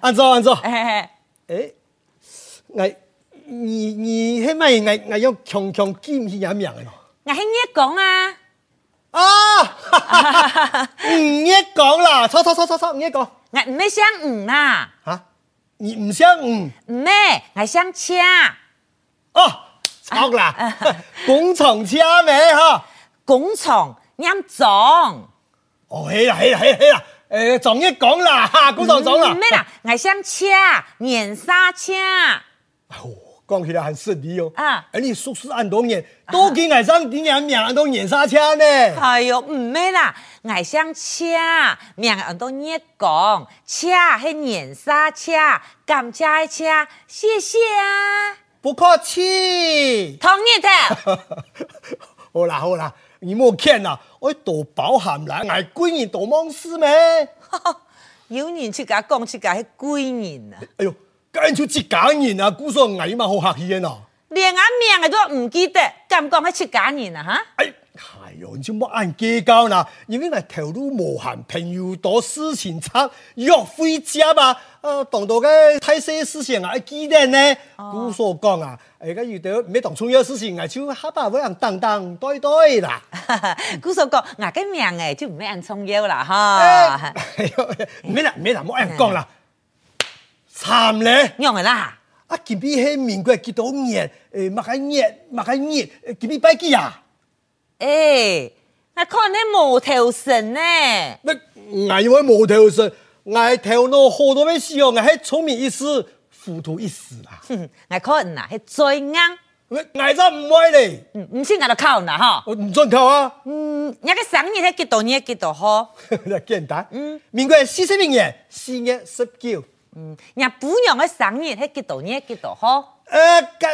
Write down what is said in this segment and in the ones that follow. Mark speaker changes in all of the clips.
Speaker 1: 安怎安怎？
Speaker 2: 嘿嘿，
Speaker 1: 诶，哎，你你迄摆哎哎要强强金去啥样的咯？
Speaker 2: 我听你讲啊，
Speaker 1: 啊，哈哈哈唔要讲啦，错错错错错，唔要讲
Speaker 2: 我唔要想五啦，
Speaker 1: 啊，你唔想唔
Speaker 2: 唔咩，我想车，
Speaker 1: 哦，错啦，工厂车没哈？
Speaker 2: 工厂酿总，
Speaker 1: 哦，嘿啦嘿啦嘿啦嘿啦，诶，总一讲啦，哈，工厂总啦
Speaker 2: 唔，咩啦，我想车，碾刹车，
Speaker 1: 哦，讲起来很顺利哦。
Speaker 2: 啊
Speaker 1: 哎，你叔叔按多年，都给俺上几年命，俺都碾刹车呢。
Speaker 2: 哎哟，唔咩啦，我想车，命人都你讲，车系碾刹车，感车的车，谢谢 啊，
Speaker 1: 不客气。
Speaker 2: 同你的，
Speaker 1: 好啦好啦，你莫欠啦，我多包含啦，俺闺女多忙事咩？
Speaker 2: 有人去甲讲去甲迄鬼人啊。
Speaker 1: 哎呦，干出一家人啊，故说俺嘛好客气的呐。
Speaker 2: 连俺命都唔记得，敢讲迄七家人啊？哈，
Speaker 1: 哎，哎呦，你就莫按计较啦，因为俺头路无限，朋友多，事情差，约会接嘛，呃，当到个太细事情啊，记得呢。故说讲啊，哎，个遇到唔要当重要事情，俺就哈巴会人当当对对啦。
Speaker 2: 古所讲，啊俺嘅命诶就唔免按重要啦，
Speaker 1: 哎
Speaker 2: 哈，，
Speaker 1: 唔免啦，唔免啦，莫按讲啦，惨咧。
Speaker 2: 用诶啦，
Speaker 1: 啊，今比迄民国几多年？诶，马个年，马个年，呃今比拜几啊？
Speaker 2: 诶，我哎看你无头神呢，
Speaker 1: 那俺以为无头神，俺头脑好多要死哦，俺还聪明一时，糊涂一时啊！
Speaker 2: 哼，我看呐，迄最硬，嗯
Speaker 1: 俺咋唔会嘞？
Speaker 2: 唔是我都靠呐，哈，
Speaker 1: 我唔准头啊！
Speaker 2: 嗯，你个生日迄几多年几多好，
Speaker 1: 那简单。嗯，民国四十零年四月十九。
Speaker 2: 嗯，人姑娘嘅生日迄几多年几多好，
Speaker 1: 呃，个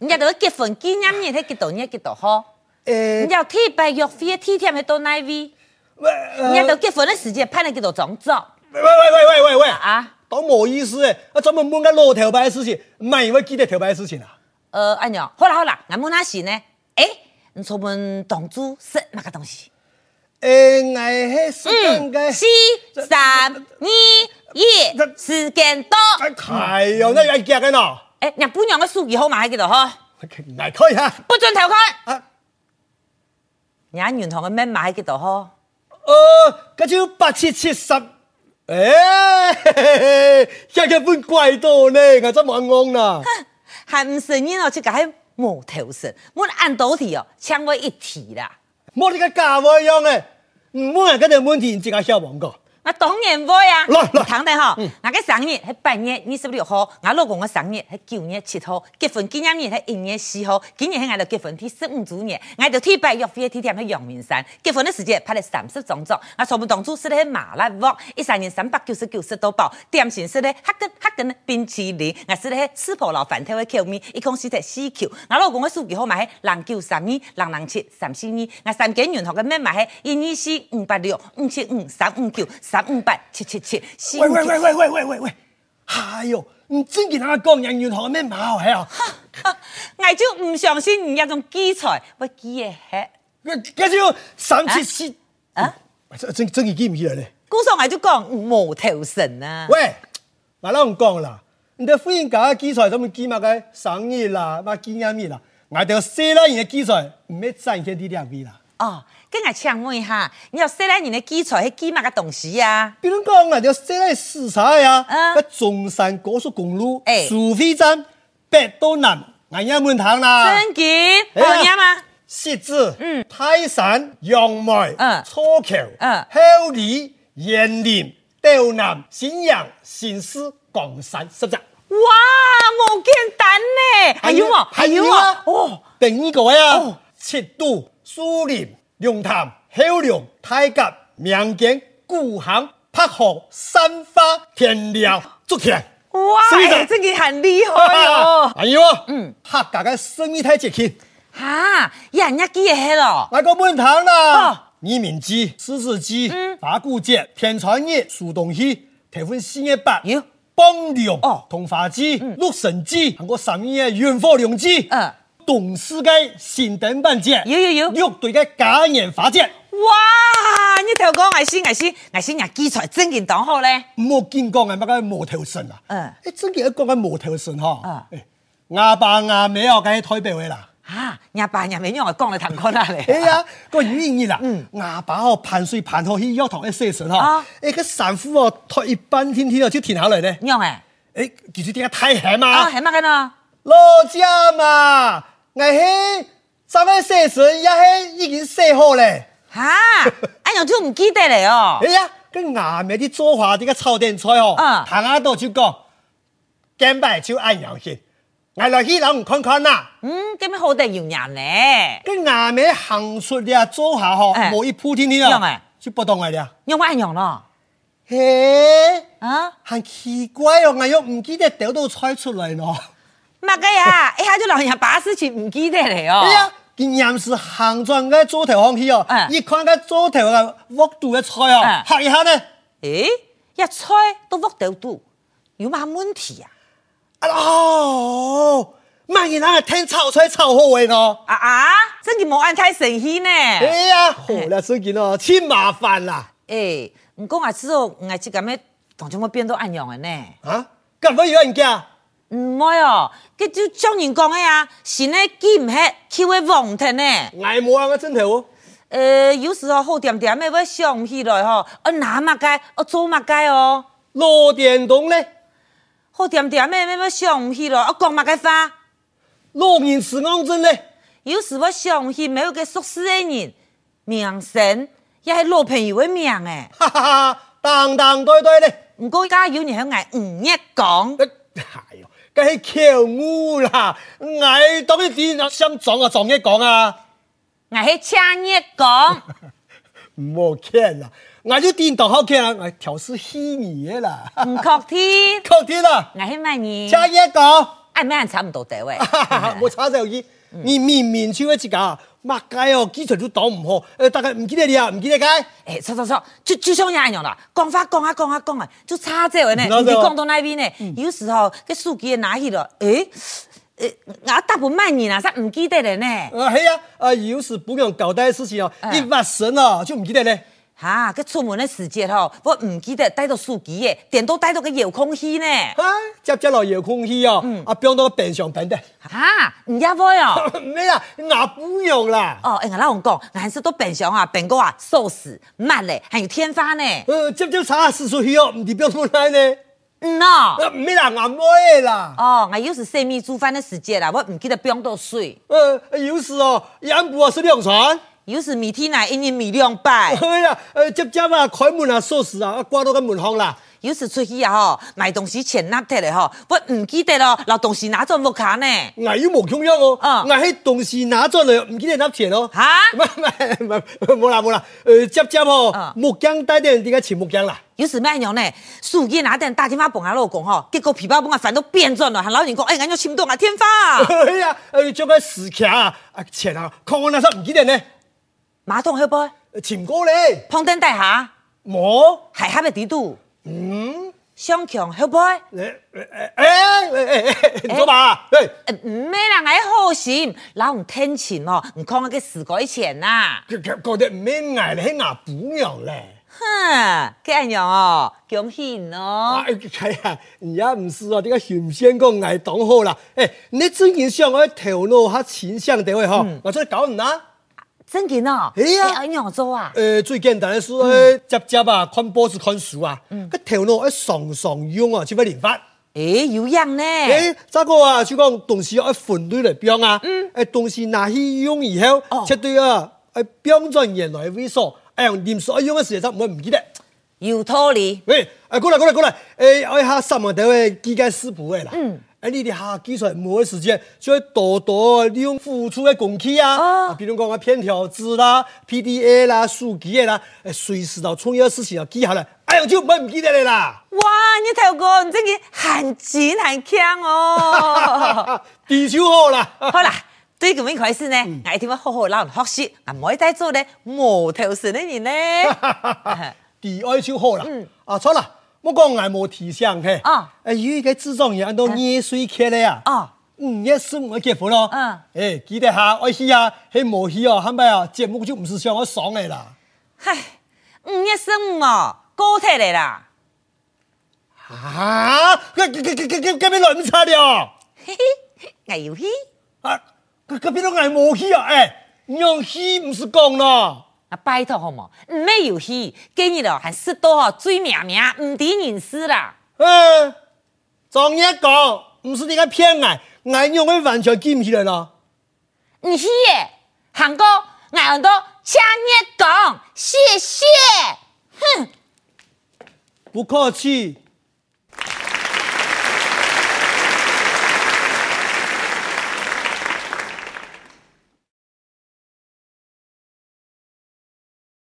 Speaker 2: 人家都结婚纪念日迄几多年几多好，
Speaker 1: 诶
Speaker 2: 人，家替拜约会体贴迄多哪位，人家
Speaker 1: 呃喂
Speaker 2: 嗯
Speaker 1: 呃
Speaker 2: 都结婚的时间判了几多种族。
Speaker 1: 喂喂喂喂喂，
Speaker 2: 啊，
Speaker 1: 都冇意思诶！啊，专门问个老头牌的事情，唔系因为记得头牌的事情啊。
Speaker 2: 呃，安娘，好啦好啦，俺们那时呢？哎，你出门当主是哪个东西？
Speaker 1: 诶，哎我迄时间嘅。
Speaker 2: 七三二一，时间到。
Speaker 1: 哎呦，那个夹的喏，
Speaker 2: 哎，人姑娘的数据号码喺几度吼？
Speaker 1: 来看一下。
Speaker 2: 不准偷看。
Speaker 1: 啊，
Speaker 2: 人银行的密码喺几度吼？
Speaker 1: 呃，这就八七七十。哎，嘿嘿嘿一日本怪到呢，我真冇戆啦。
Speaker 2: 还唔承认哦，这个还无头神，我按倒题哦，抢我一题啦。
Speaker 1: 冇你个假模样诶，唔问人家问题，自家小王哥。
Speaker 2: 我当然会啊，
Speaker 1: 来来
Speaker 2: 唐代吼，我嘅生日系八月二十六号，我老公嘅生日系九月七号，结婚纪念日系一月四号，今年系我哋结婚第十五周年，我哋天拜约会地点喺阳明山，结婚嘅时间拍了三十张照，我全部当初是咧麻辣锅，一三年三百九十九食到饱，点心是咧黑根黑根的冰淇淋，我是咧吃破老饭头嘅口味，一共是得四 Q，我老公嘅数据号码系零九三二零零七三四二，我三间银行嘅密码系一二四五八六五七五三五九三五八七七七四
Speaker 1: 喂
Speaker 2: 五
Speaker 1: 喂
Speaker 2: 九。
Speaker 1: 喂喂喂喂喂喂，哎呦，唔真见人家讲人银行咩毛系啊？
Speaker 2: 我就唔相信人家咁基材，我记嘅係，
Speaker 1: 这就三七四
Speaker 2: 啊，
Speaker 1: 真真真记唔起来咧。
Speaker 2: 古上我就講無頭神啊！
Speaker 1: 喂，我老唔讲啦，你哋婚姻搞基材，咱们记嘛个生日啦，嘛纪念日啦，我哋西兰人嘅基材唔要占起啲两味啦。
Speaker 2: 哦，跟我請問一下，你有西蘭人嘅基材係基乜嘅東西啊？
Speaker 1: 比如讲，我哋西兰市场呀，
Speaker 2: 啊
Speaker 1: 个中山高速公路
Speaker 2: 哎
Speaker 1: 苏菲站北斗南安阳门堂啦，
Speaker 2: 真嘅，
Speaker 1: 哎呀
Speaker 2: 好嘢嘛！
Speaker 1: 西子、
Speaker 2: 嗯
Speaker 1: 泰山、杨梅
Speaker 2: 嗯、
Speaker 1: 初桥、
Speaker 2: 嗯
Speaker 1: 后里、延陵、斗南、新阳、新市、江山十只。
Speaker 2: 哇，冇簡單呢！還有冇？
Speaker 1: 还
Speaker 2: 還
Speaker 1: 有
Speaker 2: 有
Speaker 1: 啊
Speaker 2: 冇？！哦，
Speaker 1: 第二个呀
Speaker 2: 哦，
Speaker 1: 七度、苏林、龙潭、后龙、太甲、明镜、古行、柏行、三花、田寮、竹田。
Speaker 2: 哇
Speaker 1: 是，的
Speaker 2: 哎真嘅很厲 害哦！
Speaker 1: 还有啊，
Speaker 2: 嗯
Speaker 1: 客家嘅生意太节气，
Speaker 2: 哈，人家記嘅係咯。
Speaker 1: 来个问堂啦
Speaker 2: 啊。
Speaker 1: 泥敏鸡、狮子鸡
Speaker 2: 嗯、
Speaker 1: 八股节、天川叶、苏东溪、台湾四月八
Speaker 2: 哟、
Speaker 1: 帮梁
Speaker 2: 哦、
Speaker 1: 同花鸡、鹿神鸡，韩国三叶元火龙鸡，
Speaker 2: 嗯
Speaker 1: 董事嘅新登板节，
Speaker 2: 有有有
Speaker 1: 六队嘅嘉年华节。
Speaker 2: 哇！你头讲我先，我先，我先，人基材真件当好咧。
Speaker 1: 冇見過嘅乜嘅無頭神啊！
Speaker 2: 嗯
Speaker 1: 誒，真嘅一講緊無頭神嗬
Speaker 2: 嗯，
Speaker 1: 牙爸牙尾我梗係台北位啦。
Speaker 2: 啊，人爸人妹，因我讲你谈困啦咧。
Speaker 1: 哎呀，個語言熱啦
Speaker 2: 嗯，
Speaker 1: 牙爸哦盤水盤好去腰頭一些神嗬
Speaker 2: 啊，
Speaker 1: 誒個神父哦托一班天天哦就停下來咧，
Speaker 2: 你用诶，
Speaker 1: 誒哎其實點解太狠
Speaker 2: 啊，
Speaker 1: 嘛？
Speaker 2: 系乜嘅呢？
Speaker 1: 老家嘛，哎我係三位些神，一係已經寫好咧。
Speaker 2: 哈，哎呀，就唔记得咧哦
Speaker 1: 哎。呀，跟牙面啲做法啲个炒点菜哦，
Speaker 2: 嗯
Speaker 1: 行下度就讲，今摆就按样行，挨落去让我看看呐。
Speaker 2: 嗯，咁咪好得用人咧。
Speaker 1: 跟牙面行出嚟做下吼，
Speaker 2: 哎
Speaker 1: 哦无一铺天天
Speaker 2: 一樣
Speaker 1: 啊
Speaker 2: 哎，
Speaker 1: 就不懂我了。
Speaker 2: 用我用咯，
Speaker 1: 嘿，
Speaker 2: 啊，
Speaker 1: 很奇怪哦，我又唔记得掉到菜出来咯。
Speaker 2: 乜嘅呀？一下就老人把事情唔记得咧哦。
Speaker 1: 哎呀，今日是行转个左头方去哦
Speaker 2: 哎，
Speaker 1: 一看个左头个屋度嘅菜哦
Speaker 2: 哎，
Speaker 1: 吓一下呢，
Speaker 2: 诶，一猜都碌到度，有乜问题啊？
Speaker 1: 啊哦，万一人个天炒菜炒好位咯。
Speaker 2: 啊啊，真嘅冇安太神气呢。
Speaker 1: 哎呀，好了，最近哦，太麻烦啦！
Speaker 2: 诶，唔讲啊，之后我即咁样当中我变到安样嘅呢。
Speaker 1: 啊，咁不有人家？
Speaker 2: 唔会哦，佢就将人讲嘅啊，是呢记唔起，叫佢忘脱呢。
Speaker 1: 挨冇啊个枕头，
Speaker 2: 呃，有时候好点点的，我想唔起来吼，我拿乜解，我做乜解哦。
Speaker 1: 罗电动咧，
Speaker 2: 好点点咩咩咩想唔起咯，我啊讲嘛个话，
Speaker 1: 罗人吃昂针咧，
Speaker 2: 有时我想唔起每一个熟识的人名声，也系老朋友的名诶。
Speaker 1: 哈哈哈，当当对对咧，
Speaker 2: 唔过而家有人向嗌唔一讲，
Speaker 1: 哎哎呦，梗系巧我啦，挨当一啲想撞啊撞一讲啊，
Speaker 2: 嗌系请一讲，
Speaker 1: 唔好见啦，挨就电动好见啊，挨调试虚拟的啦，
Speaker 2: 唔确天，
Speaker 1: 确定啦，
Speaker 2: 嗌系乜
Speaker 1: 下
Speaker 2: 嘢？
Speaker 1: 一个。
Speaker 2: 哎，咩人差唔多地位？
Speaker 1: 冇炒手機，你面面超一次架，擘街哦，基礎都擋唔好，誒，但係唔記得你啊，唔記得街，
Speaker 2: 哎，错错错，就就像人一样啦，讲法讲啊讲啊讲啊，就差这嗯位呢，
Speaker 1: 嗯
Speaker 2: 唔知讲到那边呢，有时候个手机拿去了，哎，诶，我大部分慢人啊，煞唔记得了呢。
Speaker 1: 啊係啊，啊有時本人搞低事情哦，
Speaker 2: 啊
Speaker 1: 一發神啊就唔記得咧，
Speaker 2: 哈，佮出门的时节吼，我唔记得带到手机耶，电都带到个遥控器呢。
Speaker 1: 啊，接接落遙控器哦，啊變到病上病的，
Speaker 2: 哈，唔要voi 哦。
Speaker 1: 咩啦，牙本用啦，
Speaker 2: 哦，哎，我老公讲，俺是都变相啊，变过啊，瘦死慢嘞，还有天花呢。
Speaker 1: 誒，接接查下事出去哦，唔知變到來呢，
Speaker 2: 嗯哦，
Speaker 1: 啊咩啦，牙妹啦，
Speaker 2: 哦，我有时细米煮饭的时节啦，我唔记得冰到水，
Speaker 1: 誒有時哦，眼部啊是兩船，
Speaker 2: 有时米天啊，一年米两百。
Speaker 1: 係啦，誒接接啊開門啊鎖匙啊掛到個門框啦。
Speaker 2: 有时出去啊吼，买东西钱拿摕来吼，我唔记得咯，老东西拿咗木卡呢。
Speaker 1: 牙要無中央哦，
Speaker 2: 啊
Speaker 1: 牙喺同事拿咗嚟，唔記得拿錢哦。
Speaker 2: 哈
Speaker 1: 唔係唔係唔係冇啦冇啦，誒接接哦
Speaker 2: 啊，
Speaker 1: 木姜帶啲人點解錢木姜啦？
Speaker 2: 有时咩样呢？手机拿电打电话帮啊俺老公吼，结果皮包帮我翻到变转了，喊老人讲，哎、俺要心动啊，天花、 啊，
Speaker 1: 哎呀，誒將個時期啊，啊錢啊，看我那手唔記得呢，
Speaker 2: 马桶好不？
Speaker 1: 錢哥咧，
Speaker 2: 碰灯带下，
Speaker 1: 冇，
Speaker 2: 海下的地度，嗯，上强好不？呃
Speaker 1: 誒誒誒誒誒，你做嘛？誒
Speaker 2: 呃唔咩啦，俺好心，老唔天晴哦，唔看我个十块钱呐、
Speaker 1: 佢佢講得唔咩牙咧，牙補羊咧。
Speaker 2: 哼，咁样哦，恭喜你哦
Speaker 1: 啊，，係啊，而家唔是哦，點解原先個牙擋好啦？誒，你最近上我頭腦下錢上地位呵，我出去搞唔啦？
Speaker 2: 真嘅哦，
Speaker 1: 哎呀
Speaker 2: 哎，样做啊。
Speaker 1: 呃，最簡單的是，呃，接接啊，看波是看書啊，個頭腦一常常用啊，就要連發。
Speaker 2: 诶，哎有样呢。
Speaker 1: 誒，再個啊，就講東西要分類嚟標啊，誒，東西拿去用以後
Speaker 2: 哦，
Speaker 1: 絕對啊，誒，標準原來猥瑣，誒，用念書一用嘅時候就唔會唔記得。
Speaker 2: 有道理。
Speaker 1: 喂，啊誒，過來過來過來，誒，我一下三萬頭嘅機械師傅嘅啦。
Speaker 2: 嗯
Speaker 1: 誒，你哋下技術冇嘅時間，就要多多利用付出嘅工具啊，
Speaker 2: 哦
Speaker 1: 啊比如講我片條紙啦、PDA 啦、書記嘅啦，誒，隨時到重要嘅事情要記下來，哎呀，就唔會唔記得你啦。
Speaker 2: 哇，你头哥，你真嘅很钱很强哦。
Speaker 1: 地球好啦，啊
Speaker 2: 好啦，对咁样开始呢，我一定要好好老人学习，啊，唔可以再做呢无头神的人呢。啊
Speaker 1: 地愛就好啦。
Speaker 2: 嗯
Speaker 1: 啊，錯啦，我講我冇提醒哎嘅。
Speaker 2: 啊
Speaker 1: 誒，有一個製造人都廿歲開咧啊。
Speaker 2: 哦，
Speaker 1: 五月十五結婚咯。
Speaker 2: 嗯
Speaker 1: 誒，記得下，我去啊，去冇去哦，後尾啊，節目就唔是像我爽嘅啦。
Speaker 2: 嗨，五月十五哦，高铁来啦！
Speaker 1: 啊，隔隔隔隔隔隔壁来唔差了，
Speaker 2: 嘿嘿，我有去，
Speaker 1: 啊，隔隔壁都挨冇去啊，哎，用去唔是讲咯，
Speaker 2: 啊拜托好冇，唔咩有去，今日哦还十多哦最名名，唔敌人士啦。
Speaker 1: 嗯，昨日讲唔是你个骗俺，俺用个完全记唔起来了。
Speaker 2: 唔是耶，韩国俺很多强烈讲，谢谢。哼，
Speaker 1: 不客气，